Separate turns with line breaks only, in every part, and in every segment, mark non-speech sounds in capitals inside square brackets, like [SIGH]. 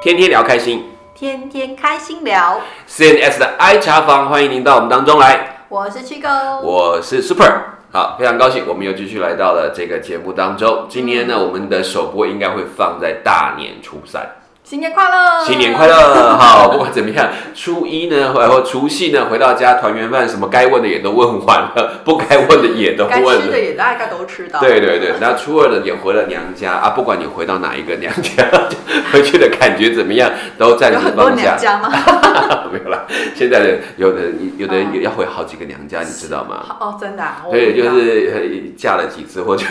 天天聊开心
天天开心聊。
，CNS 的 I 茶房，欢迎您到我们当中来，
我是去哥，
我是 Super。好，非常高兴，我们又继续来到了这个节目当中。今天
嗯
呢，我们的首播应该会放在大年初三，
新年快乐！
新年快！乐！ [LAUGHS] 好，不管怎么样，初一呢，或或除夕呢，回到家团圆饭，什么该问的也都问完了， [LAUGHS] 不该问的也都
该
问
吃
了
的。也大概都吃到。
对对对，那初二的也回了娘家啊，不管你回到哪一个娘家， [LAUGHS] 回去的感觉怎么样，都暂
有
时
很多
放下。
娘家吗？
没有啦，现在的有的人有的人要回好几个娘家，你知道吗？
哦，真的、啊。我
对，
不知
就
道
是呃嫁了几次或者，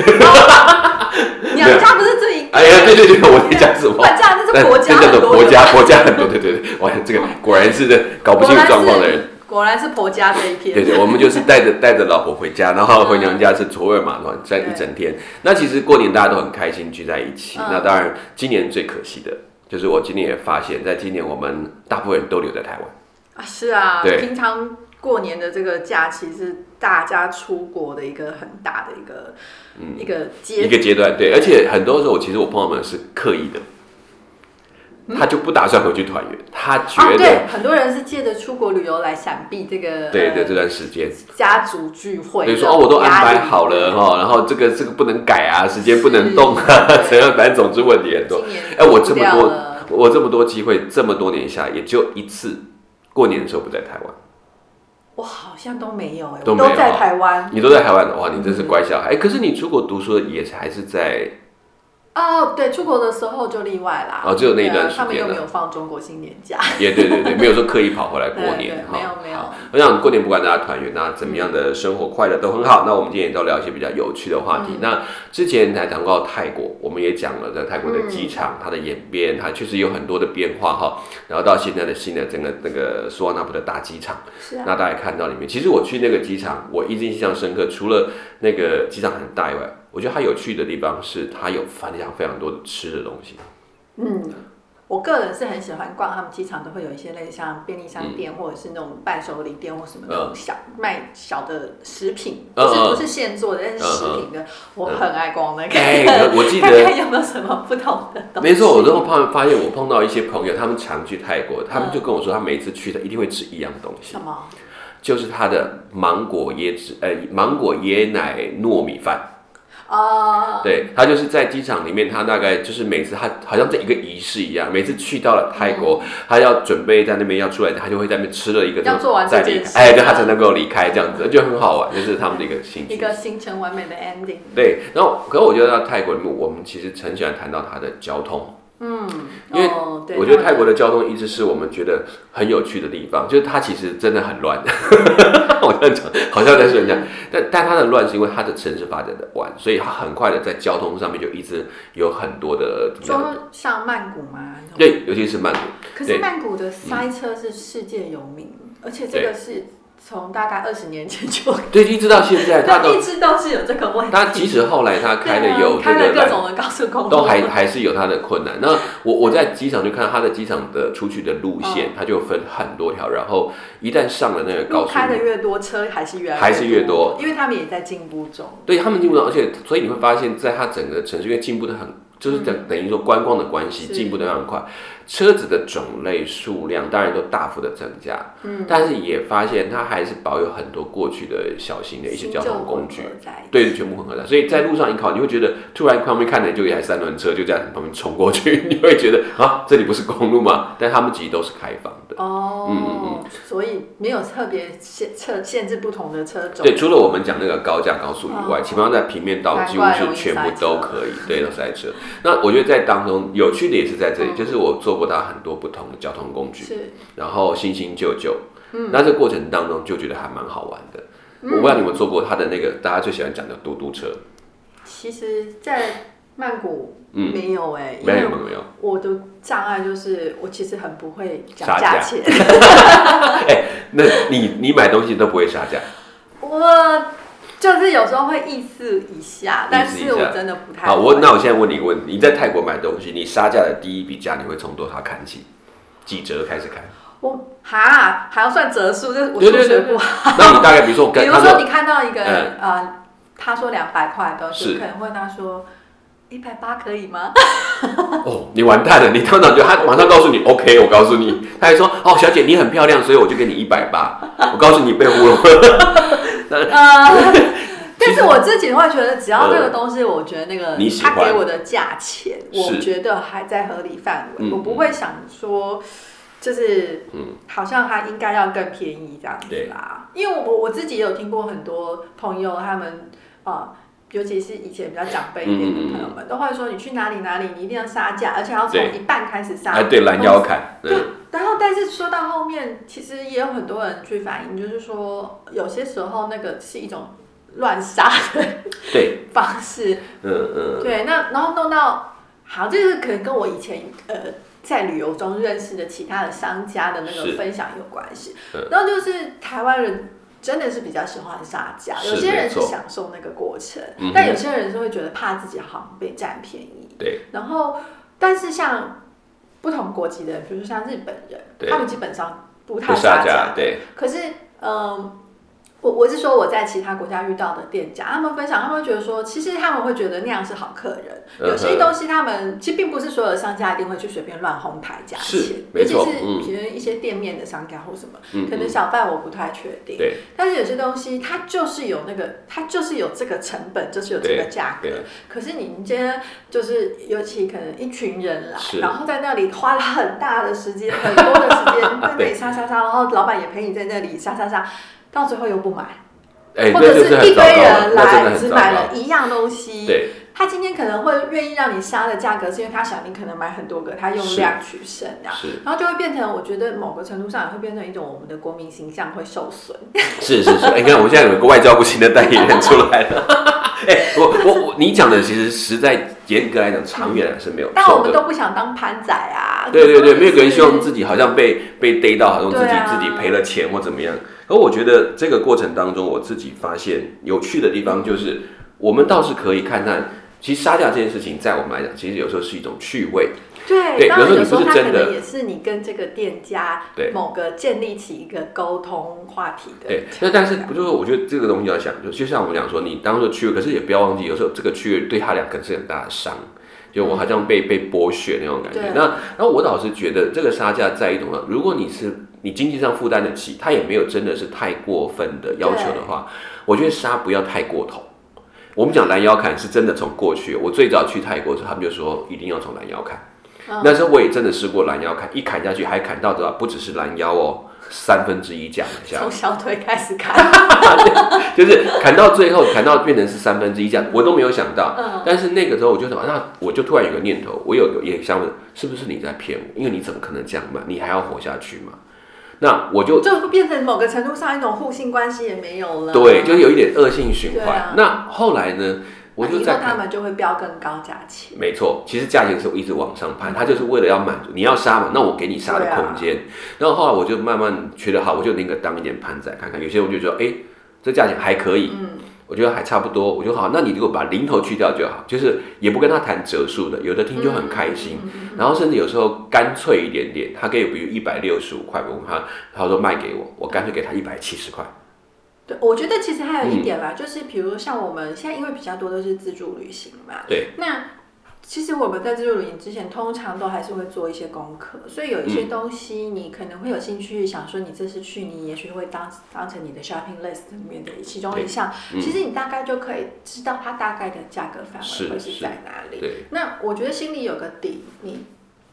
娘家不是这一
[LAUGHS] 哎呀，对对对，我在讲什么？
管家， [LAUGHS] 这是国家
[LAUGHS] 那
很
那种
多
婆
的
家婆家很多，对对对，哇，这个果然是搞不清楚状况的人。
果然是婆家这一片。
对对，我们就是带着带着老婆回家，然后回娘家是初二嘛，晚上一整天。那其实过年大家都很开心聚在一起。
嗯
那当然，今年最可惜的就是我今年也发现，在今年我们大部分人都留在台湾。
啊，是啊，
对
平常过年的这个假期是大家出国的一个很大的一个、一个
嗯一
阶
个阶段，对，而且很多时候我其实我朋友们是刻意的，他就不打算回去团圆，他觉
嗯啊，
得、
对，很多人是借着出国旅游来闪避这个
对对
呃
这段时间，
家族聚
所
会的压力，
以说哦，我都安排好了哈，然后这个这个不能改啊，时间不能动啊， [LAUGHS]
是
怎样，反正总之问题很多。
今年
哎我这
不
么
掉
多
了
我这么多机会，这么多年下来，也就一次过年的时候不在台湾。
我好像都没有、哎，
都
我
没有啊
都在台湾。
你都在台湾的话，你真是乖小孩。哎、可是你出国读书的也是还是在
哦，对，出国的时候就例外啦。
哦只有那一段
对啊
时
他们
间
又
了
没有放中国新年假。
也对对对，没有说刻意跑回来过
对
年
对没有没嗯有
好我想过年不管大家团圆，那怎么样的生活快乐都很好。那我们今天也都聊一些比较有趣的话
嗯
题。那之前才谈到泰国，我们也讲了在泰国的
嗯
机场、它的演变，它确实有很多的变化哈。然后到现在的新的整个那个苏万纳普的大机场。
是啊，
那大家看到里面，其实我去那个机场，我一直印象深刻，除了那个机场很大以外，我觉得它有趣的地方是它有非常非常多的吃的东西。
我个人是很喜欢逛他们机场，都会有一些类似像便利商
嗯
店、或者是那种伴手礼店或什么那种小、卖小的食品，
嗯
不是
嗯
不是现做的，但是食品的，我很爱逛那个。
哎、我记
[LAUGHS] 看
得
看有没有什么不同的东西。
没错，我都碰发现我碰到一些朋友，他们常去泰国，他
嗯
们就跟我说，他每一次去他一定会吃一样东西，
什么？
就是他的芒果椰汁，呃，芒果椰奶糯米饭。
哦，
对，他就是在机场里面，他大概就是每次他好像在一个仪式一样，每次去到了泰国，他要准备在那边要出来，他就会在那边吃了一个这
嗯要
种，
做完这
再
件
离
事
开，
啊
哎，对他才能够离开这样子，就很好玩，就是他们的一个兴
一
趣。
个形成完美的 ending。
对，然后可我觉得到泰国里面，我们其实很喜欢谈到它的交通。因为
哦、对
我觉得泰国的交通一直是我们觉得很有趣的地方，就是它其实真的很乱。 [LAUGHS] 我这样讲，好像在说人家，但但它的乱是因为它的城市发展的晚，所以它很快的在交通上面就一直有很多的怎么样？
说像曼谷嘛，
对，尤其是曼谷，
可
对嗯
是曼谷的塞车是世界有名，而且这个是从大概二十年前就，
对，一直到现在，它
[LAUGHS] 对，
都
一直都是有这个问题。
它即使后来它开的有这
对啊开
个
了各
缆，
种的高速公路，
都还还是有它的困难。那我我在机场就看到它的机场的出去的路
嗯
线，它就分很多条，然后一旦上了那个高
路
速
开的越多，车还是越来
还是越多，
因为他们也在进步中。
对他们进步了，而且所以你会发现，在它整个城市，因为进步的很，就是等等于说观光的关系，
嗯是
进步的非常快，车子的种类数量当然都大幅的增加，嗯，但是也发现它还是保有很多过去的小型的一些交通工具
新旧。混合在一起
对，全部混合在，所以在路上一考，你会觉得突然旁边看着就一台三轮车就这样从旁边冲过去， [LAUGHS] 你会觉得啊，这里不是公路吗？但他们其实都是开放的。
哦，
嗯
所以没有特别限限限制不同的车种。
对，除了我们讲那个高架高速以外，
哦
其他在平面道
难
几乎
怪
是
容易
全
塞
部都
车
可以，对，都塞车。那我觉得在当中有趣的也是在这里，
嗯
就是我坐过它很多不同的交通工具，
是
然后新新旧旧，
嗯
那这过程当中就觉得还蛮好玩的。我不知道你们坐过它的那个大家最喜欢讲的嘟嘟车，
其实，在曼谷
嗯
没哦有哎、因
没有
为
没有没有，
我的障碍就是我其实很不会讲
杀价
价钱，
那你你买东西都不会杀价，
我就是有时候会意思一下，但
意思一
是
下
我真的不太
好，
会
我那我现在问你一个问题，你在泰国买东西，你杀价的第一笔价你会从多少砍起？几折开
[LAUGHS]
始砍？
我哈还要算折数，就是我
对
数
对
学
对
不好。
那你大概比如说我
比
跟
如
他
说你看到一个
嗯
呃，他说两百块的，
是
你可能问他说一百八可以吗？
哦，你完蛋了！你当场就他马上告诉你 OK，我告诉你，他还说哦，小姐你很漂亮，所以我就给你一百八。我告诉你被糊弄
[LAUGHS]
了。 [LAUGHS]
呃，但是我自己的话，觉得只要这个东西，我觉得那个
呃你喜欢
他给我的价钱，
是
我觉得还在合理范围，
嗯
我不会想说。就是，
嗯
好像他应该要更便宜这样子啦。因为我我自己也有听过很多朋友，他们啊、呃尤其是以前比较长辈一
嗯
点的朋友们，都会说你去哪里哪里，你一定要杀价，而且要从
对
一半开始杀。
哎，对，拦腰砍。
对
嗯，，
然后但是说到后面，其实也有很多人去反映，就是说有些时候那个是一种乱杀的
对，
方式。
嗯嗯，
对，那然后弄到好，这个可能跟我以前呃在旅游中认识的其他的商家的那
是
个分享有关系
嗯。
然后就是台湾人。真的是比较喜欢杀价，
是
有些人
没
是
错
享受那个过程，
嗯哼
但有些人是会觉得怕自己好像被占便宜，
对，
然后，但是像不同国籍的人，比如说像日本人，
对
他们基本上不太
不杀
价
价，。对，
可是，嗯，我我是说我在其他国家遇到的店家，他们分享，他们会觉得说，其实他们会觉得那样是好客人。
嗯哼
有些东西他们其实并不是所有的商家一定会去随便乱哄抬价钱，
是没错
尤
嗯
其是比如一些店面的商家或什么，
嗯
可能小贩我不太确定。
对
但是有些东西它就是有那个，它就是有这个成本，就是有这个价格
对对。
可是你今天就是，尤其可能一群人来，
是
然后在那里花了很大的时间，很多的时间
[LAUGHS]
在那里杀杀杀，然后老板也陪你在那里杀杀杀，到最后又不买，
哎，
或
那
者
就是很
一堆
糟糕
人
了，那真的
来
很
只
糟
买了
糕。
一样东西，
对，
他今天可能会愿意让你杀的价格，是因为他想你可能买很多个，他用量取胜啊。
是
然后就会变成，我觉得某个程度上也会变成一种我们的国民形象会受损。
是是是，哎，你看我现在有一个外交不行的代言人出来了。
[LAUGHS]
哎，我我我，你讲的其实实在严格来讲，长远来是没有
但我
错
们
的。
都不想当潘仔啊。
对对对，没有个人希
凶。
望自己好像被被逮到，好像自己、
对啊
自己赔了钱或怎么样。而我觉得这个过程当中，我自己发现有趣的地方就是，我们倒是可以看看，其实杀价这件事情，在我们来讲，其实有时候是一种趣味。
对，
对
当
有时
然
候
有
你
时候
不是
他可
真的
能也是你跟这个店家
对
某个建立起一个沟通话题的。
对，那但是不就是我觉得这个东西要想，就就像我们讲说，你当做趣味，可是也不要忘记，有时候这个趣味对他俩可能是很大的伤。就我好像被被剥削那种感觉
嗯对。
那那我倒是觉得这个杀价在一种，啊如果你是你经济上负担得起，他也没有真的是太过分的要求的话，我觉得杀不要太过头。我们讲拦腰砍是真的从过去，我最早去泰国的时候，他们就说一定要从拦腰砍。
嗯
那时候我也真的试过拦腰砍，一砍下去还砍到的不只是拦腰哦，三分之一这样下来
从小腿开始看，
就是砍到最后，砍到变成是三分之一这样，我都没有想到。
嗯
但是那个时候我就想，那我就突然有个念头，我有个也想问，是不是你在骗我？因为你怎么可能这样嘛？你还要活下去嘛？那我就
就变成某个程度上一种互信关系也没有了。
对，就有一点恶性循
对
环。
啊
那后来呢，我
那
就
啊以
在
后他
看。
们就会标更高价钱。
没错，其实价钱是一直往上攀，他就是为了要满足你要杀嘛，那我给你杀的
对啊
空间。然后后来我就慢慢觉得好，我就宁可当一点盘仔看看。有些我就觉得，哎，这价钱还可以，
嗯
我觉得还差不多，我就好。那你如果把零头去掉就好，就是也不跟他谈折数的，有的听就很开心。
嗯
然后甚至有时候干脆一点点，他给我比如一百六十五块，我问他，他说卖给我，我干脆给他一百七十块。
对，我觉得其实还
嗯
有一点吧，就是比如像我们现在因为比较多都是自助旅行嘛，
对，
那。其实我们在自助旅行之前，通常都还是会做一些功课，所以有一些
嗯
东西你可能会有兴趣，想说你这次去，你也许会当当成你的 shopping list 里面的其中一项。其实你大概就可以知道它大概的价格范围
嗯是
会是
是
在哪里。
对，
那我觉得心里有个底，你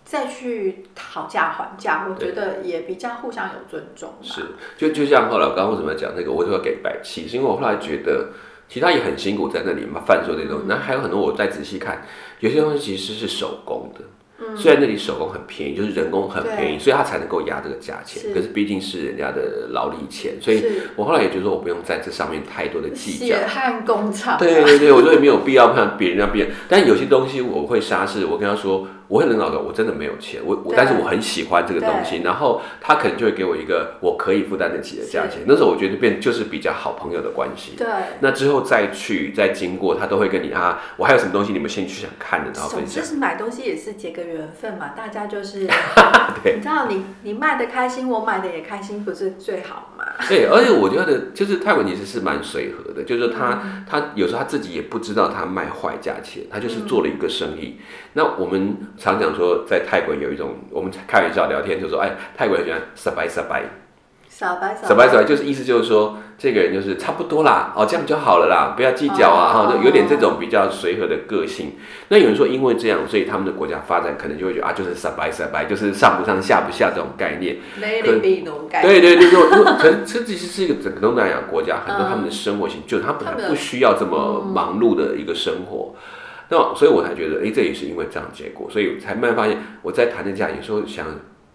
再去讨价还价，我觉得也比较互相有尊重嘛。
是，就就像后来我刚刚为什么要讲那个，我就要给一百七，是因为我后来觉得其实他也很辛苦在那里嘛贩售这些东西，那还有很多我再仔细看，有些东西其实是手工的。
嗯
虽然那里手工很便宜，就是人工很便宜，所以他才能够压这个价钱。
是
可是毕竟是人家的劳力钱，所以
是
我后来也觉得我不用在这上面太多的计较。
血汗工厂。
对对对，我觉得没有必要看别人那
[LAUGHS]
边。但有些东西我会杀，是我跟他说，我会很老的，我真的没有钱，我我
对
但是我很喜欢这个东西，然后他可能就会给我一个我可以负担得起的价钱。那时候我觉得变就是比较好朋友的关系。
对，
那之后再去再经过，他都会跟你啊，我还有什么东西你们兴趣想看的，然后
总
分享
之。是买东西也是结个缘缘分嘛，大家就是
[LAUGHS] 对
你知道你你卖的开心，我买的也开心，不是最好吗？
对，而且我觉得就是泰文其实是蛮随和的，就是他、
嗯
他有时候他自己也不知道他卖坏价钱，他就是
嗯
做了一个生意。那我们常讲说，在泰国有一种我们开玩笑聊天就说，哎，泰国人喜欢“傻白傻白”。
少白少
小白小白就是意思就是说，这个人就是差不多啦，哦，这样就好了啦，不要计较啊，哈、
哦
就有点这种比较随和的个性。那有人说，因为这样，所以他们的国家发展可能就会觉得啊，就是傻白傻白，就是上不上下不下这种概念。
，Lady B 奴感，
对对对，就就可能这其实是一个整个东南亚国家，很多
嗯
他们的生活型，就他本
他们
来
的
不需要这么
嗯
忙碌的一个生活。那所以我才觉得，哎，这也是因为这样的结果，所以才慢慢发现，我在谈论价钱，有时候想，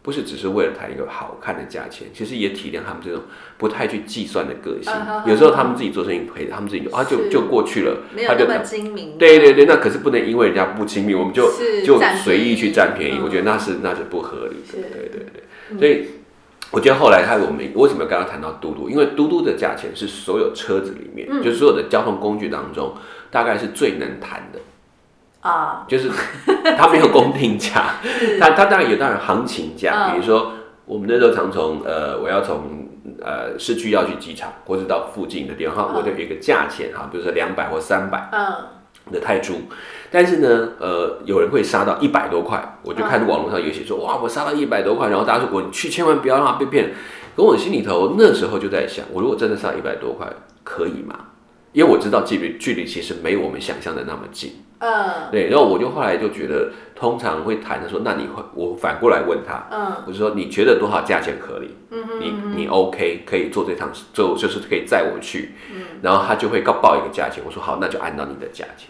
不是只是为了谈一个好看的价钱，其实也体谅他们这种不太去计算的个性。
嗯哼
有时候他们自己做生意赔了，他们自己就啊就是就过去了，
没有
他
那
就
么精明，
对对对，那可是不能因为人家不亲密，我们就是就
占便宜
随意去占便宜，
嗯
我觉得那是那是不合理
是
的。对对对，所以我觉得后来他我们为什么刚刚谈到嘟嘟？因为嘟嘟的价钱是所有车子里面，就是所有的交通工具当中，大概是最能谈 [LAUGHS] 的，
啊，
就是它没有公定价，它它当然有当然行情价，
嗯
比如说我们那时候常从呃我要从。呃，市区要去机场，或者到附近的地方，我就有一个价钱哈，比如说两百或三百。
嗯，
的泰铢，但是呢，呃，有人会杀到一百多块，我就看网络上有写说，
嗯
哇，我杀到一百多块，然后大家说滚去，千万不要让他被骗。可我心里头那时候就在想，我如果真的杀一百多块，可以吗？因为我知道距离距离其实没有我们想象的那么近，
嗯，
对。然后我就后来就觉得，通常会谈的说，那你会，我反过来问他，
嗯，
我就说你觉得多少价钱合理？你你 OK 可以做这趟，就就是可以载我去，
嗯
然后他就会告报一个价钱，我说好，那就按照你的价钱。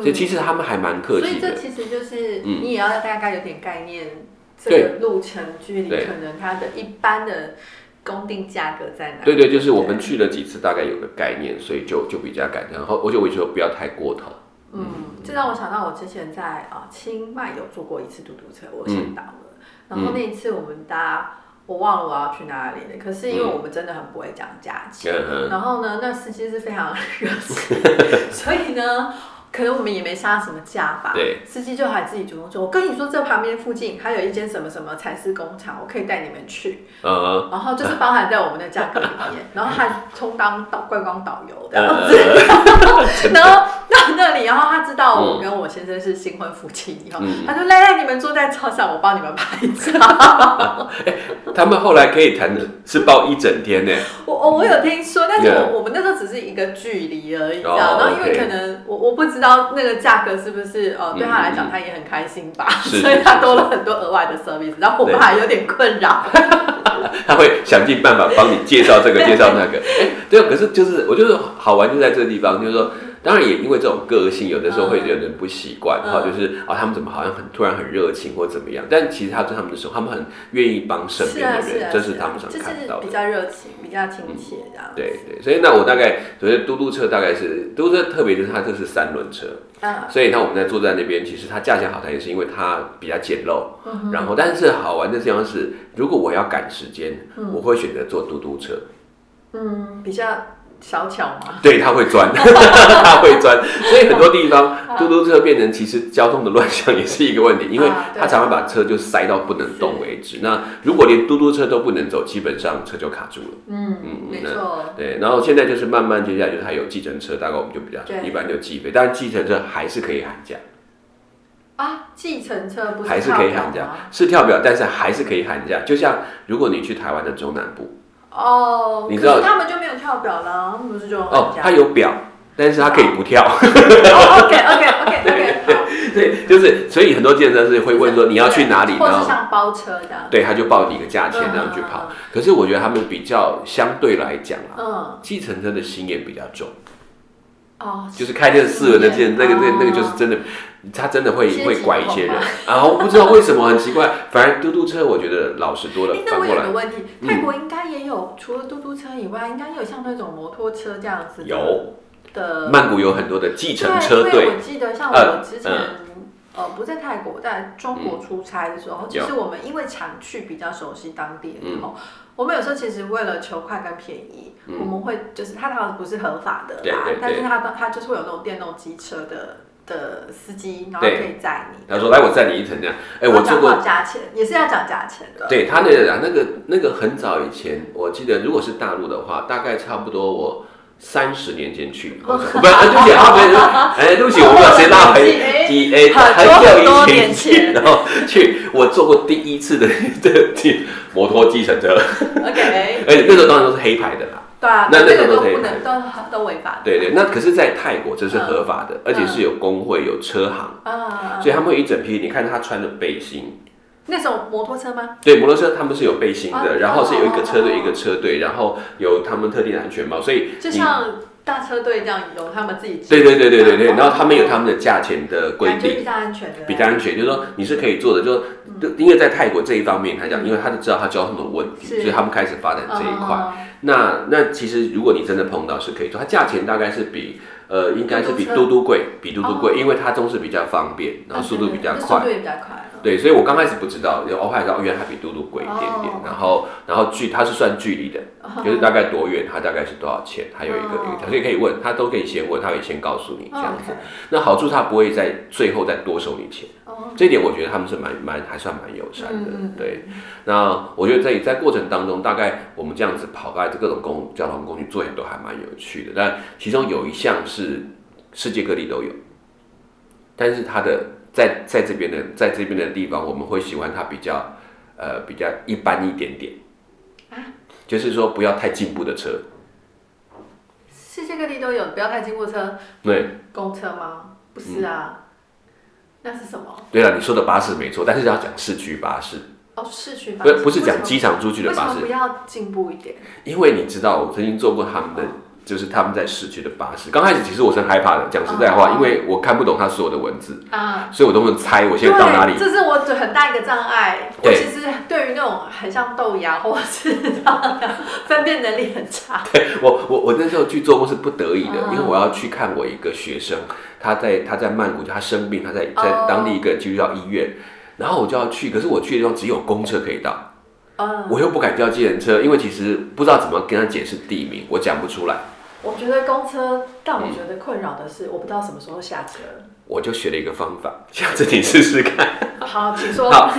所以其实他们还蛮客
嗯所
气
以这
的，嗯
其实就是你也要大概有点概念，这个路程距离
对
可能它的一般的公定价格在哪？
对对，就是我们去了几次，大概有个概念，所以就就比较敢。然后我就会说不要太过头，
嗯，这让我想到我之前在啊清迈有坐过一次嘟嘟车，
嗯
我先到了，然后那一次我们搭。我忘了我要去哪里了，可是因为我们真的很不会讲价钱，
嗯哼
然后呢，那司机是非常热
[LAUGHS]
情，所以呢，可能我们也没杀什么价吧。
对，
司机就还自己主动说：“我跟你说，这旁边附近还有一间什么什么蚕丝工厂，我可以带你们去。” [LAUGHS]
呃，
然后就是包含在我们的价格里
[LAUGHS]
面，然后还充当导观光导游这 [LAUGHS] 样子，
呃，
然后到那里，然后他知道我跟我先生是新婚夫妻以后，
嗯
他说来来，你们坐在车上，我帮你们拍
[LAUGHS]
照。
他们后来可以谈的是报一整天呢， [LAUGHS]
我我我有听说，但是我
Yeah
我们那时候只是一个距离而已，这
哦
样，然后因为
OK
可能我我不知道那个价格是不是呃对他
嗯
来
嗯嗯
讲他也很开心吧，
是
所以
是
他
是
多了很多额外的 service，然后我们
对
还有点困扰。
他会想尽办法帮你介绍这个介绍那
[LAUGHS]
个。哎，对啊，可是就是我觉得好玩就在这个地方，就是说。当然也因为这种个性，有的时候会有人不习惯，
嗯
哈、就是啊，他们怎么好像很突然很热情或怎么样？但其实他对他们的时候，他们很愿意帮身
是
边的
啊
人，
是啊，
这是
啊
他们想
就是
看到的。
比较热情，比较亲切这样。
对对，所以那我大概，所以嘟嘟车大概是嘟嘟车，特别就是它这是三轮车，
嗯，
所以那我们在坐在那边，其实它价钱好谈也是因为它比较简陋，
嗯
然后但是好玩的地方是，如果我要赶时间，我会选择坐嘟嘟车，
嗯，比较小巧嘛。
对，它会钻， [LAUGHS] 它会钻，所以很多地
[LAUGHS]
方
啊
嘟嘟车变成其实交通的乱象也是一个问题，因为
啊对
它常常把车就塞到不能动为止。那如果连嘟嘟车都不能走，基本上车就卡住了。
嗯，没错。
对，然后现在就是慢慢接下来就是还有计程车，大概我们就比较
对
一般就计费，但是计程车还是可以喊价，
啊，计程车不是
还是可以
跳
喊
表
价
吗？，
是跳表，但是还是可以喊价。就像如果你去台湾的中南部，
哦，
你知道
可是他们就没有跳表了，他们不是就有
哦，
[LAUGHS] 喊价哦
它有表，但是它可以不跳，
？OK OK OK OK，
[LAUGHS] 对，就是所以很多计程车是 [LAUGHS] 会问说你要去哪里，
或
然
是嗯
后
像包车这样。
对他就报你一个价钱，然后去跑。可是我觉得他们比较相对来讲啊，
嗯，
计程车的心也比较重，
哦，
就是开这个四轮的计程，那个那个那个就是
哦
真的，他真的会
阶级
会拐一些人
恐
[LAUGHS] 啊，我不知道为什么很奇怪，反而嘟嘟车我觉得老实多了
哎诶，那
反
我
过
有
来嗯
个问题，泰国应该也有，除了嘟嘟车以外，应该也有像那种摩托车这样子的
有
的
曼谷有很多的计程
对，
车
因为
队，
我记得像
呃嗯
我之前、呃不在泰国，在中国出差的时候，其实我们因为常去比较熟悉当地的时
嗯
候，我们有时候其实为了求快跟便宜，我们会就是它当然不是合法的
对
啦
对对，
但是它它就是会有那种电动机车的。的司机，然后可以载你。
他说来我载你一程这样，哎、
然
我
后
坐
讲
过
好价钱，也是要讲价钱的。
对他那个啊，那个那个很早以前，我记得如果是大陆的话，大概差不多我三十年前去，不
[LAUGHS]
是，对不起啊，不是，哎，对不起，我不知道谁拉
哎
回几哎
很多很多
久以前
年
去，
前
然后去我坐过第一次的这这摩托计程车，
OK，
而且那时候当然都是黑牌的啦，
对啊，
[LAUGHS] 那
这
那个
个
都
都
可以
不能，都都违法的。
对对，那可是，在泰国这是合法
嗯
的，而且是有工会有车行，
啊，
所以他们有一整批，你看他穿着背心。
那种摩托车吗？
对，摩托车他们是有背心的，
哦
然后是有一个车队
哦
一个车队，然后有他们特定的安全帽，所以
就
你
像大车队这样，有他们自己制
对对对对对对，
哦
然后他们有他们的价钱的规
感觉嗯
定
比。较安全的，
比较安全，就是说你是可以做的，就是就因为在泰国这一方面来讲，因为他就知道他交通的问题，
嗯是嗯
所以他们开始发展这一块。
块。
那那其实如果你真的碰到是可以做，它价钱大概是比呃应该是比
嘟嘟车
嘟嘟贵，比嘟嘟
哦
贵，因为它总是比较方便，然后速度比较
啊对对对
快
速。度也比较快。
对，所以我刚开始不知道，然后后来知道，哦原来它比嘟嘟贵一点点。
哦
然后，然后距它是算距离的，
嗯
就是大概多远，它大概是多少钱，它有一个一个
哦
条，所以可以问，它都可以先问，它可以先告诉你这样子
OK。
那好处它不会在最后再多收你钱，
哦，
这一点我觉得他们是蛮蛮还算蛮友善的。
嗯嗯
对，那我觉得在在过程当中，大概我们这样子跑开各种公交通工具，做很多还蛮有趣的。但其中有一项是世界各地都有，但是它的在在这边的在这边的地方，我们会喜欢它比较呃比较一般一点点，就是说不要太进步的车。
世界各地都有，不要开经过车，
对嗯
公车吗？不是啊，那是什么？
对啊了，你说的巴士没错，但是要讲市区巴士，
哦，市区巴
不
士
是不是讲
为什么
机场出去的
为什
巴士
么不，要进步一点？
因为你知道，我曾经坐过他们的，就是他们在市区的巴士。刚开始其实我是害怕的，讲实在话，
哦
因为我看不懂他所有的文字，
啊，
所以我都能猜哎我现在到哪里
对。这是我嘴很大一个障碍。我
对
其实对于那种很像豆芽或是 [LAUGHS] 那样分辨能力很差。
对 [LAUGHS] 我我我那时候去做过是不得已的
哦，
因为我要去看我一个学生，他在他在曼谷，他生病，他在在
哦
当地一个基督教医院，然后我就要去，可是我去的地方只有公车可以到。
嗯，
我又不敢叫计程车，因为其实不知道怎么跟他解释地名，我讲不出来。
我觉得公车，但我觉得困扰的是，我不知道什么时候下车。
我就学了一个方法，下次你试试看。 [LAUGHS]
嗯 [LAUGHS] 好，请说。
好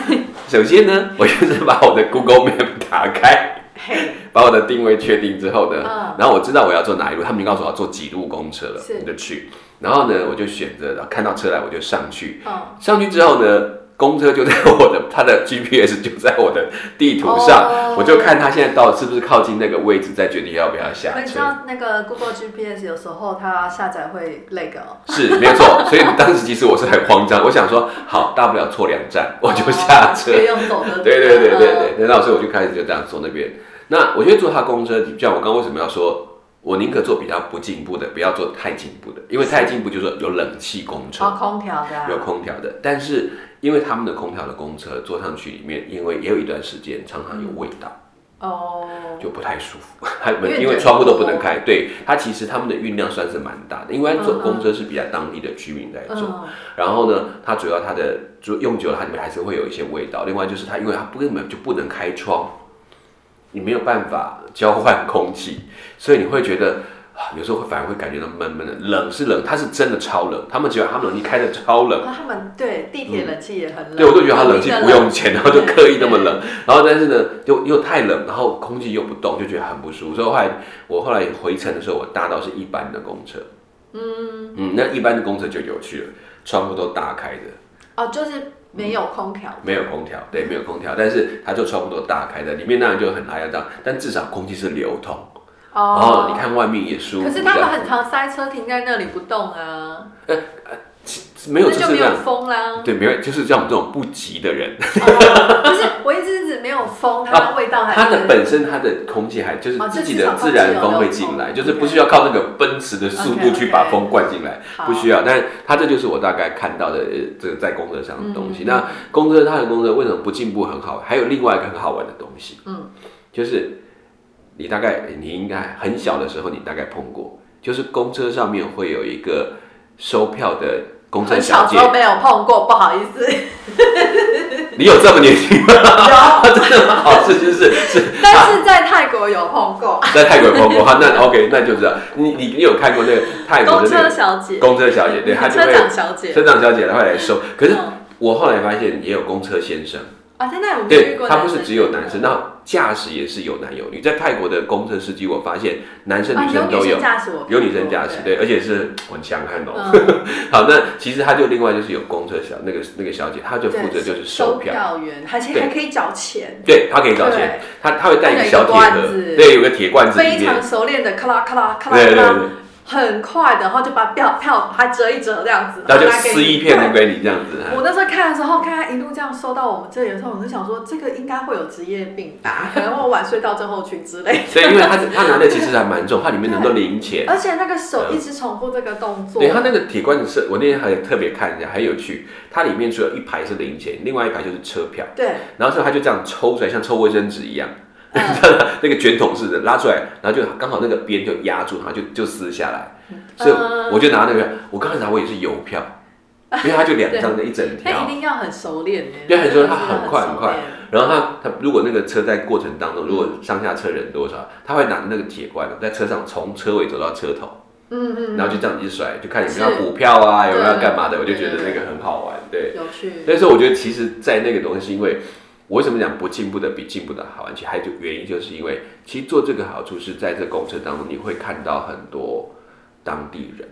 首先呢，我就是把我的 Google Map 打开，
嘿，
[LAUGHS] 把我的定位确定之后呢，
嗯
然后我知道我要坐哪一路，他们就告诉我要坐几路公车了，
是
我就去。然后呢，我就选择然后看到车来我就上去，
嗯，
上去之后呢，公车就在我的 [LAUGHS] 它的 GPS 就在我的地图上，
哦
我就看它现在到是不是靠近那个位置，再决定要不要下
那你知
车。
道那个 Google GPS 有时候它下载会那个哦。
是没有错，所以当时其实我是很慌张，我想说好，大不了错两站，我就下车
哦。可以用走的。
对对对对
嗯。
对，那老师我就开始就这样坐那边。那我觉得坐他公车，就像我刚刚为什么要说，我宁可坐比较不进步的，不要坐太进步的，因为太进步就是有冷气公车，
哦，空调的啊。
有空调的，但是因为他们的空调的公车坐上去里面，因为也有一段时间常常有味道。
哦。
就不太舒服，还
因为
嗯 [LAUGHS] 因为嗯
人
窗户都不
多
能开。对，它其实他们的运量算是蛮大的，因为坐公车是比较当地的居民在坐。
嗯，
然后呢，它主要它的就用久了，它里面还是会有一些味道。另外就是它，因为它根本就不能开窗，你没有办法交换空气，所以你会觉得。啊有时候会反而会感觉到闷闷的，冷是冷，它是真的超冷。他们觉得他们冷气开的超冷，
啊他们对地铁冷气也很冷。
对我就觉得它冷气不用钱，然后就刻意那么
对
冷。然后但是呢，又又太冷，然后空气又不动，就觉得很不舒服。所以后来我后来回程的时候，我搭到是一般的公车，嗯嗯，那一般的公车就有趣了，窗户都大开的，
哦，就是没有空调。
没有空调，对，没有空调，但是它就窗户都大开的，里面当然就很拉这样，但至少空气是流通，然后哦你看外面也舒服。
哦可是他
这
们
样
很常塞车停在那里不动啊，
没有，
那
就
就是
这
没有
样，
风啦。
对，没有，就是像我们这种不急的人，
哦 [LAUGHS] 不是，我一直指没有风，它的味道还是
它的本身它的空气还就是
哦
自己
就
的
至少
自然
空气有
风会
流
进
通
来，
，OK
就是不需要靠那个奔驰的速度
OK，OK
去把风灌进来，
好
不需要。但它这就是我大概看到的呃这个在公车上的
嗯
东西。那公车它的公车为什么不进步很好玩？还有另外一个很好玩的东西，
嗯，
就是你大概你应该很小的时候你大概碰过，就是公车上面会有一个收票的公车
很
小
小
姐 [LAUGHS]
时，候没有碰过，不好意思。
你有这么年轻 [LAUGHS] 吗？有，真的吗？好，是是是是，
但是在泰国有碰过
在泰国有碰过哈，那 OK，那就知道你你你有看过那个泰国
公
的那
车
个
小姐，
公车小姐，
[LAUGHS]
对，她就
车
会
长小姐，
车长小姐她会来收，可是
嗯
我后来发现也有公车先生。
哦啊！在那里我们
对
遇，过，
他不是只有男生，，那驾驶也是有男有女。在泰国的公车司机，我发现男生
啊，
女生
有
都
女
有
生，驾驶我看嗯过，
有女生驾驶，对，而且是我很强悍哦。好，那其实他就另外就是有公车小那个那个小姐，她就负责就是
收
收票，
票员，而且
对
还可以找钱，
对，她可以找
对
钱，她她会带
她有
个
一
小
个
铁
罐
盒
子，
对，有个铁罐子里
非
面
常，熟练的，咔啦咔啦咔啦
对对
咔
对
啦，，很快的，然后就把票票还折一折这样子，
然后就
拿给你
撕一片弄给你这样子。
我那时候看的时候，看他一路这样收到我们这里的时候，我就想说，这个应该会有职业病吧，可能我晚睡到症候群
[LAUGHS]
之类。
对，因为他他拿的其实还蛮重，它里面能够零钱。
而且那个手一直重复这个动
嗯
作，
对它那个铁罐子是，我那天还特别看一下，很有趣。它里面除了一排是零钱，另外一排就是车票，
对，
[LAUGHS] 然后之后它就这样抽出来，像抽卫生纸一样，
嗯
[LAUGHS] 那个卷筒似的拉出来，然后就刚好那个边就压住它，就就撕下来。所以
嗯
我就拿那个，我刚才拿我也是邮票，因为它就两张的一整
那一
条。
定要很熟练呢。
对很熟练
真的是
他很快很快
熟练嗯
然后它它如果那个车在过程当中，如果上下车人多少，它会拿着那个铁罐在车上从车尾走到车头。
嗯嗯，
然后就这样一甩，就看有没有
是
要补票啊，有没有要
对
干嘛的，我就
对
觉得
对
那个很好玩。对，
有趣。
但是我觉得其实，在那个东西，因为我为什么讲不进步的比进步的好玩，其实还有原因就是因为，其实做这个好处是在这公车当中，你会看到很多当地人，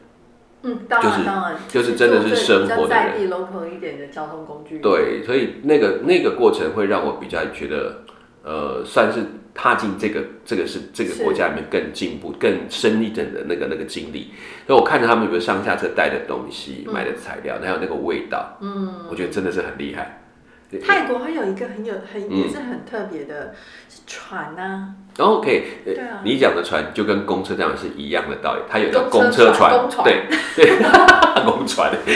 嗯，当
就
然
是
当然，
就是真的是生活
比较
的
在
人。
地 local 一点的交通工具。
对，所以那个那个过程会让我比较觉得，呃，算是踏进这个这个是这个
是
国家里面更进步、更深一点的那个那个经历。所以我看着他们有没有上下车带的东西、
嗯
买的材料，还有那个味道，嗯，我觉得真的是很厉害。对
泰国还有一个很有很
嗯
也是很特别的，是船啊呐，
然后可以，呃
对啊
你讲的船就跟公车这样是一样的道理，它有叫
公
公
车
车
船
船，
公船
对对，公船。 [LAUGHS]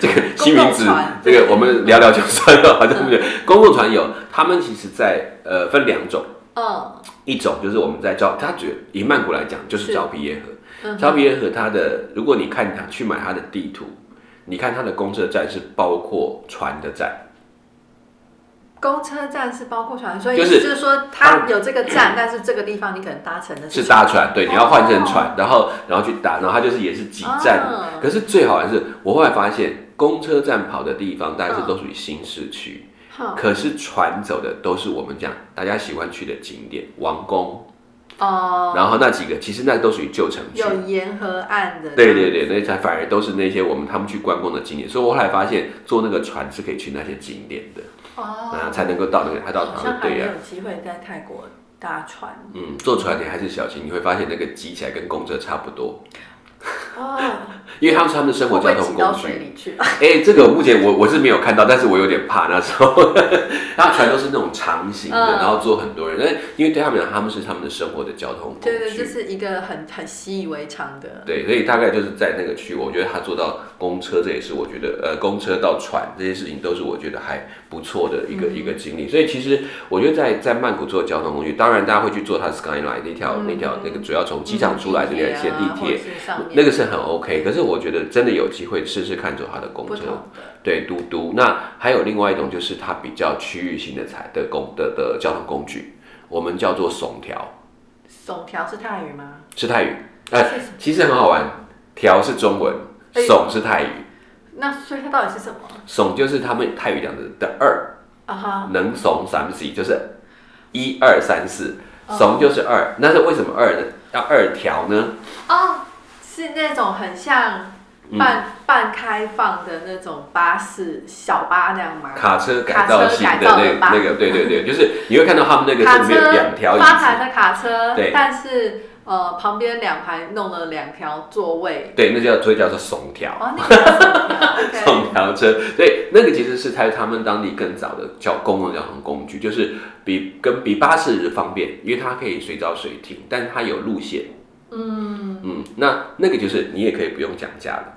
这个新名
公
字
共船，
这个我们聊聊就算了，好
[LAUGHS]
像是公共船有，他们其实在呃分两种，
嗯
一种就是我们在招，它觉得以曼谷来讲就是
是
招皮耶河，
嗯
招
哼，
皮耶河它的，如果你看它去买它的地图，你看它的公车站是包括船的站。
公车站是包括船，所以
就
就是是说它有这个站，但是这个地方你可能搭乘的
是
船
搭船，对，你要换成船，然后然后去搭，然后它就是也是几站。
哦
可是最好玩的是，我后来发现公车站跑的地方，大概是都属于新市区，
嗯好
可是船走的都是我们讲大家喜欢去的景点，王宫，
哦，
然后那几个其实那都属于旧城区。
有沿河岸的，
对对对，那才反而都是那些我们他们去观光的景点，所以我后来发现坐那个船是可以去那些景点的，啊、
哦，
才能够到那个，还到
好
他
像
们
还
对
没
呀、
有机会在泰国搭船
嗯，坐船你还是小心，你会发现那个挤起来跟公车差不多，
哦，
因为他们是他们的生活交
会不会
通
挤到
工具
水。里去，
哎、这个目前我我是没有看到，但是我有点怕那时候。那船都是那种长型的，
嗯
然后坐很多人，但因为对他们来讲，他们是他们的生活的交通工具。
对对，这是一个很很习以为常的，
对所以大概就是在那个区，我觉得他做到公车，这也是我觉得呃，公车到船这些事情都是我觉得还不错的
嗯
一个、一个经历。所以其实我觉得在在曼谷做交通工具，当然大家会去做它 Skyline 那条、
嗯
那条那个主要从机场出来的那
啊
条线地铁，那
个
个是很 OK。可是我觉得真的有机会试试看坐它的公
不
车
同，的，
对，嘟嘟。那还有另外一种就是它比较区域性的财的工的的交通工具，我们叫做怂条，
总条是泰语吗？
是泰语。哎、
是什么
其实很好玩，条是中文，
哎
怂是泰语，
那所以它到底是什么
怂就是他们泰语讲的的二，
啊哈？
能怂三四就是一二三四，怂就是二。那是为什么二呢？要二条呢？
哦，是那种很像
嗯
半、半开放的那种巴士小巴那样吗？
卡车改
卡
造
车
型
改
的
造
那
的吧
那个，对对对，就是你会看到他们那个
卡
是
车
没有两条椅
发
子，
财的卡车，
对
但是呃旁边两排弄了两条座位，
对，那叫所以叫做怂条。
哦，那
[LAUGHS]
个 [LAUGHS] 是什么
送条车，对，那个其实是在他们当地更早的交公共交通工具，就是比跟比巴士方便，因为它可以随招随停，但是它有路线。嗯嗯，那那个就是你也可以不用讲价了
OK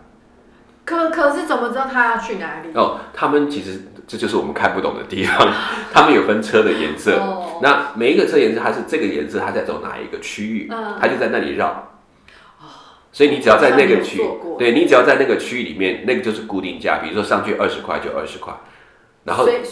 可可是怎么知道他要去哪里？
哦。他们其实这就是我们看不懂的地方，他们有分车的颜色，
哦
那每一个车颜色它是这个颜色它在走哪一个区域，
嗯哦
它就在那里绕。所以你只要在那个区
好像没有做过，
对你只要在那个区域里面，那个就是固定价，比如说上去二十块就二十块，然后嗯
随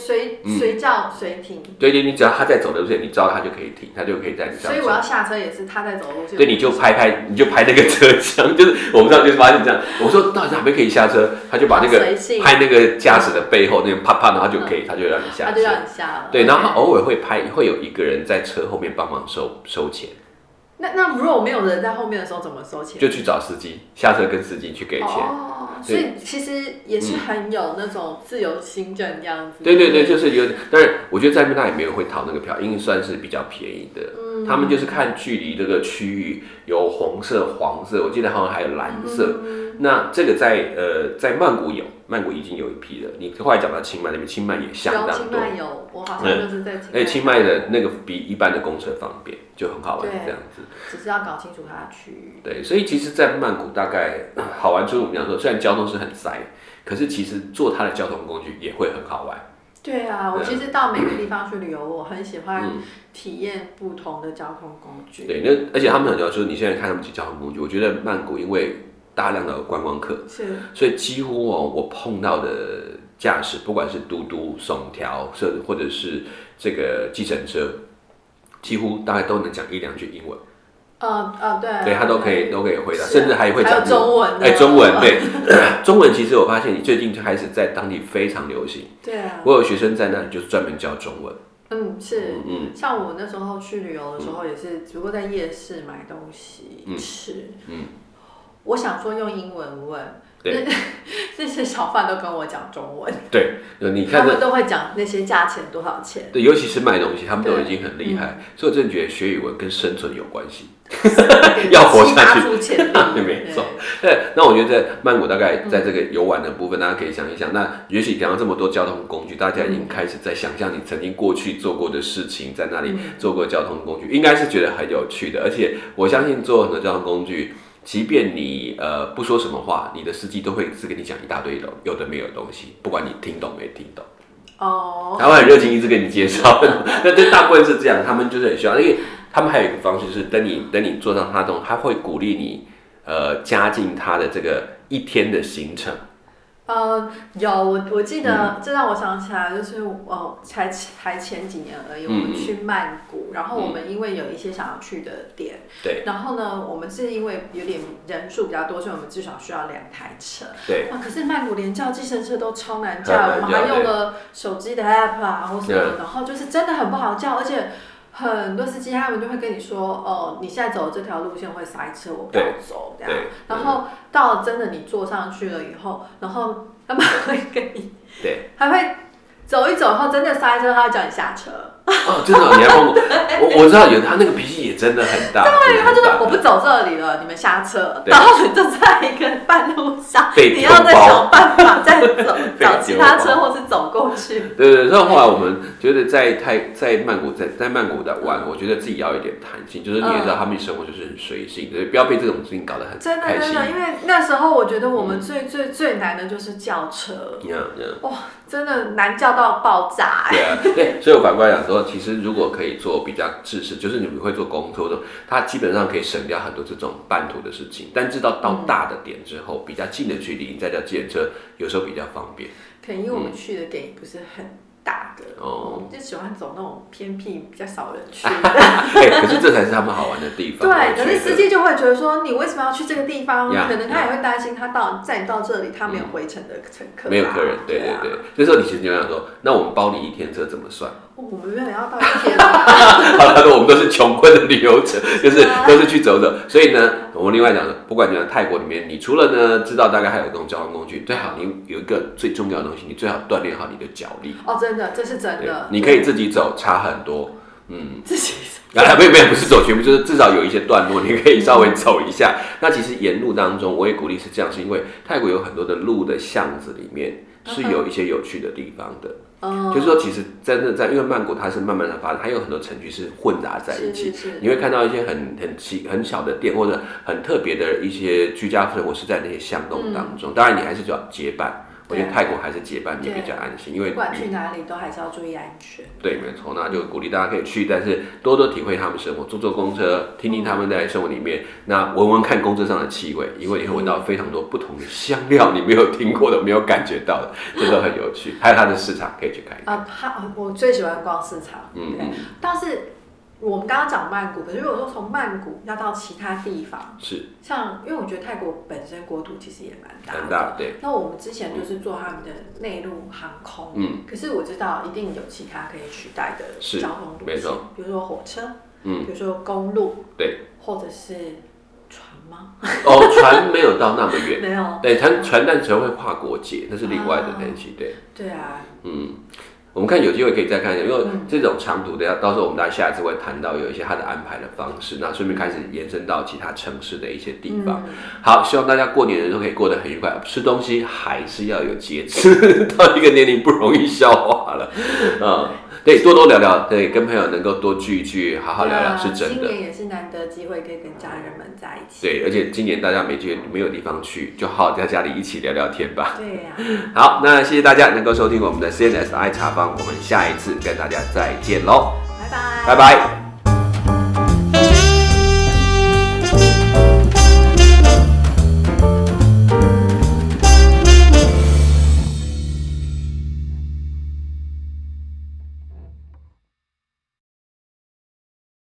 随随叫随停，
对对，你只要他在走的路线，你知道他就可以停，他就可以在你上
所以
车
我。要下车也是他在走路线。
对，你就拍拍，你就拍那个车厢， [LAUGHS] 就是我们上就是发现这样。我说到底哪边可以下车，他就把那个
好随性嗯
拍那个驾驶的背后那个啪啪，然后就可以，他就让你下
他就
车。
让你下了。
对，然后他偶尔会拍，会有一个人在车后面帮忙收收钱，
那那如果没有人在后面的时候怎么收钱？
就去找司机下车跟司机去给钱。
哦，所以其实也是很有那种自由心证这样子。
嗯对对对，就是有点。当然，我觉得在那边他也没有会讨那个票，因为算是比较便宜的。
嗯
他们就是看距离这个区域有红色、黄色，我记得好像还有蓝色。
嗯
那这个在呃在曼谷有，曼谷已经有一批了。你后来讲到清迈那边，清迈也相
然后
当
清
多。
迈有，我好像就是在清
哎，
迈，
清迈的那个比一般的公车方便，就很好玩
对
这样子。
只是要搞清楚它的区域。
对，所以其实，在曼谷大概呃好玩，就是我们讲说，虽然交通是很塞，可是其实坐它的交通工具也会很好玩。
对啊，我
对
其实到每个地方去旅游，我很喜欢
嗯
体验不同的交通工具。
对，那而且他们很多就是你现在看他们去交通工具，我觉得曼谷因为大量的观光客，
是，
所以几乎哦，我碰到的驾驶，不管是嘟嘟、耸条，甚或者是这个计程车，几乎大概都能讲一两句英文，
呃呃，对，啊
对他都可以都可以回答，
是啊
甚至还会
还
讲
有中文的，
哎，中文对， [COUGHS] 中文其实我发现你最近就开始在当地非常流行，
对啊，
我有学生在那里就专门教中文，
嗯是。
嗯嗯，
像我那时候去旅游的时候，也是只不过在夜市买东西
嗯
吃。
嗯
我想说用英文问，
对
那 [LAUGHS] 那些小贩都跟我讲中文，
对，你
他
看这
们都会讲那些价钱多少钱。
对，尤其是卖东西，他们都已经很厉
嗯
害，所以我真的觉得学语文跟生存有关系。 [LAUGHS] [LAUGHS] 要活下去
激发出潜
对
力，
[LAUGHS] 没错对，那我觉得在曼谷大概在这个游玩的部分，大家可以想一想。那也许讲到这么多交通工具，大家已经开始在想象你曾经过去做过的事情，在那里做过交通工具，应该是觉得很有趣的。而且我相信做很多交通工具。即便你呃不说什么话，你的司机都会是跟你讲一大堆的有的没有的东西，不管你听懂没听懂。
对哦，
台湾很热情，一直给你介绍。 [LAUGHS] 那对大部分是这样，他们就是很需要，因为他们还有一个方式是，等你等你坐上他动，他会鼓励你，呃，加进他的这个一天的行程。
呃，有我我记
嗯
得，这让我想起来，就是哦，才才前几年而已，我
嗯嗯嗯
们去曼谷，然后我们因为有一些想要去的点。
对
然后呢，我们是因为有点人数比较多，所以我们至少需要两台车。
对
啊，可是曼谷连叫计程车都超难
很
叫，
难
我们
叫
还用
对
了手机的 app 啊或什么
对
的，然后就是真的很不好叫，而且很多司机他们就会跟你说，哦，你现在走的这条路线会塞车，我不要
对
走这
对
样。，然后到了真的你坐上去了以后，然后他们还会跟你，
对，
还会走一走，然后真的塞车，他会叫你下车。
哦，真的哦、你还帮我， [LAUGHS] 我我知道有他那个脾气也真的很大，对
他就是我不走这里了，你们下车，
对
然后你就在一个半路上，
被
你要
丢
再
包
想办法再走
[LAUGHS] 被
找其他
丢包
车或是走过去。
对对，所以后来我们觉得在泰在曼谷在在曼谷的玩，我觉得自己要有一点弹性，就是你也知道他们生活就是很随性，所以不要被这种事情搞得很
嗯真的
开
真
心。
的，因为那时候我觉得我们最最最难的就是叫车，
你看，你看。
哇，真的难叫到爆炸、
对啊，
[LAUGHS]
对，所以我反过来讲说，其实如果可以做比较制式，就是你们会做公车的，它基本上可以省掉很多这种半途的事情。但知道到大的点之后，比较近的距离，你再叫计程车，有时候比较方便。
可能因为我们去的点也不是很大的， [LAUGHS]
哦
我们就喜欢走那种偏僻、比较少人
[LAUGHS]
去的。
哎、可是这才是他们好玩的地方。
对，
我
可
觉
是
得
司机就会觉得说，你为什么要去这个地方？
呀
可能他也会担心，他到载你到这里，他没有回程的乘客、啊，
嗯没有客人，对对
啊
对。这时候你其实就想说，那我们包你一天车怎么算？
哦我们没有要到一
[LAUGHS]
天啊，
好了，我们都是穷困的旅游者，就是都是去走走。所以呢，我们另外讲的，不管你在泰国里面，你除了呢知道大概还有这种交通工具，最好你有一个最重要的东西，你最好锻炼好你的脚力。
哦，真的，这是真
对
的，，
你可以自己走，差很多。嗯，
自己
啊，没有没有，不是走全部，就是至少有一些段落，你可以稍微走一下。那其实沿路当中，我也鼓励是这样，是因为泰国有很多的路的巷子里面是有一些有趣的地
[LAUGHS]
方的。
嗯，
就是说，其实真的在，因为曼谷它是慢慢的发展，它有很多城区是混杂在一
是
起
是，是，
你会看到一些很很奇很小的店或
嗯
者很特别的一些居家生活是在那些巷弄当中。当然，你还是要结伴。我觉得泰国还是结伴你比较安心，因为
不管去哪里都还是要注意安全。
对，没错，那就鼓励大家可以去，但是多多体会他们生活，坐坐公车，听听他们在生活里面，那闻闻看公车上的气味，因为你会闻到非常多不同的香料，你没有听过的，没有感觉到的，这都很有趣。还有它的市场可以去看一看。
啊，他我最喜欢逛市场，
嗯
对。但是我们刚刚讲曼谷，可是如果说从曼谷要到其他地方，
是
像因为我觉得泰国本身国土其实也蛮大的，
很大，对，
那我们之前就是做他们的内陆航空，
嗯，
可是我知道一定有其他可以取代的
是
交通路
没
线
错，
比如说火车，
嗯，
比如说公路， [LAUGHS]
对。
或者是船吗？
哦，船没有到那么远，
没有，
对，船船但船会跨国界，那是另外的东西，对。
对啊，
我们看有机会可以再看一下，因为
嗯
这种长途的，要到时候我们大家下一次会谈到有一些它的安排的方式，那顺便开始延伸到其他城市的一些地方。
嗯
好，希望大家过年的时候可以过得很愉快，吃东西还是要有节制， [LAUGHS] 到一个年龄不容易消化了，嗯，对，多多聊聊，对，跟朋友能够多聚一聚，好好聊聊、
对啊
是真
今
的。
年也是难得机会可以跟家人们在一起，
对，而且今年大家没去没有地方去，就好好在家里一起聊聊天吧。
对啊呀、
好，那谢谢大家能够收听我们的 CNSI 茶坊，我们下一次跟大家再见喽。
拜
拜
拜，
拜。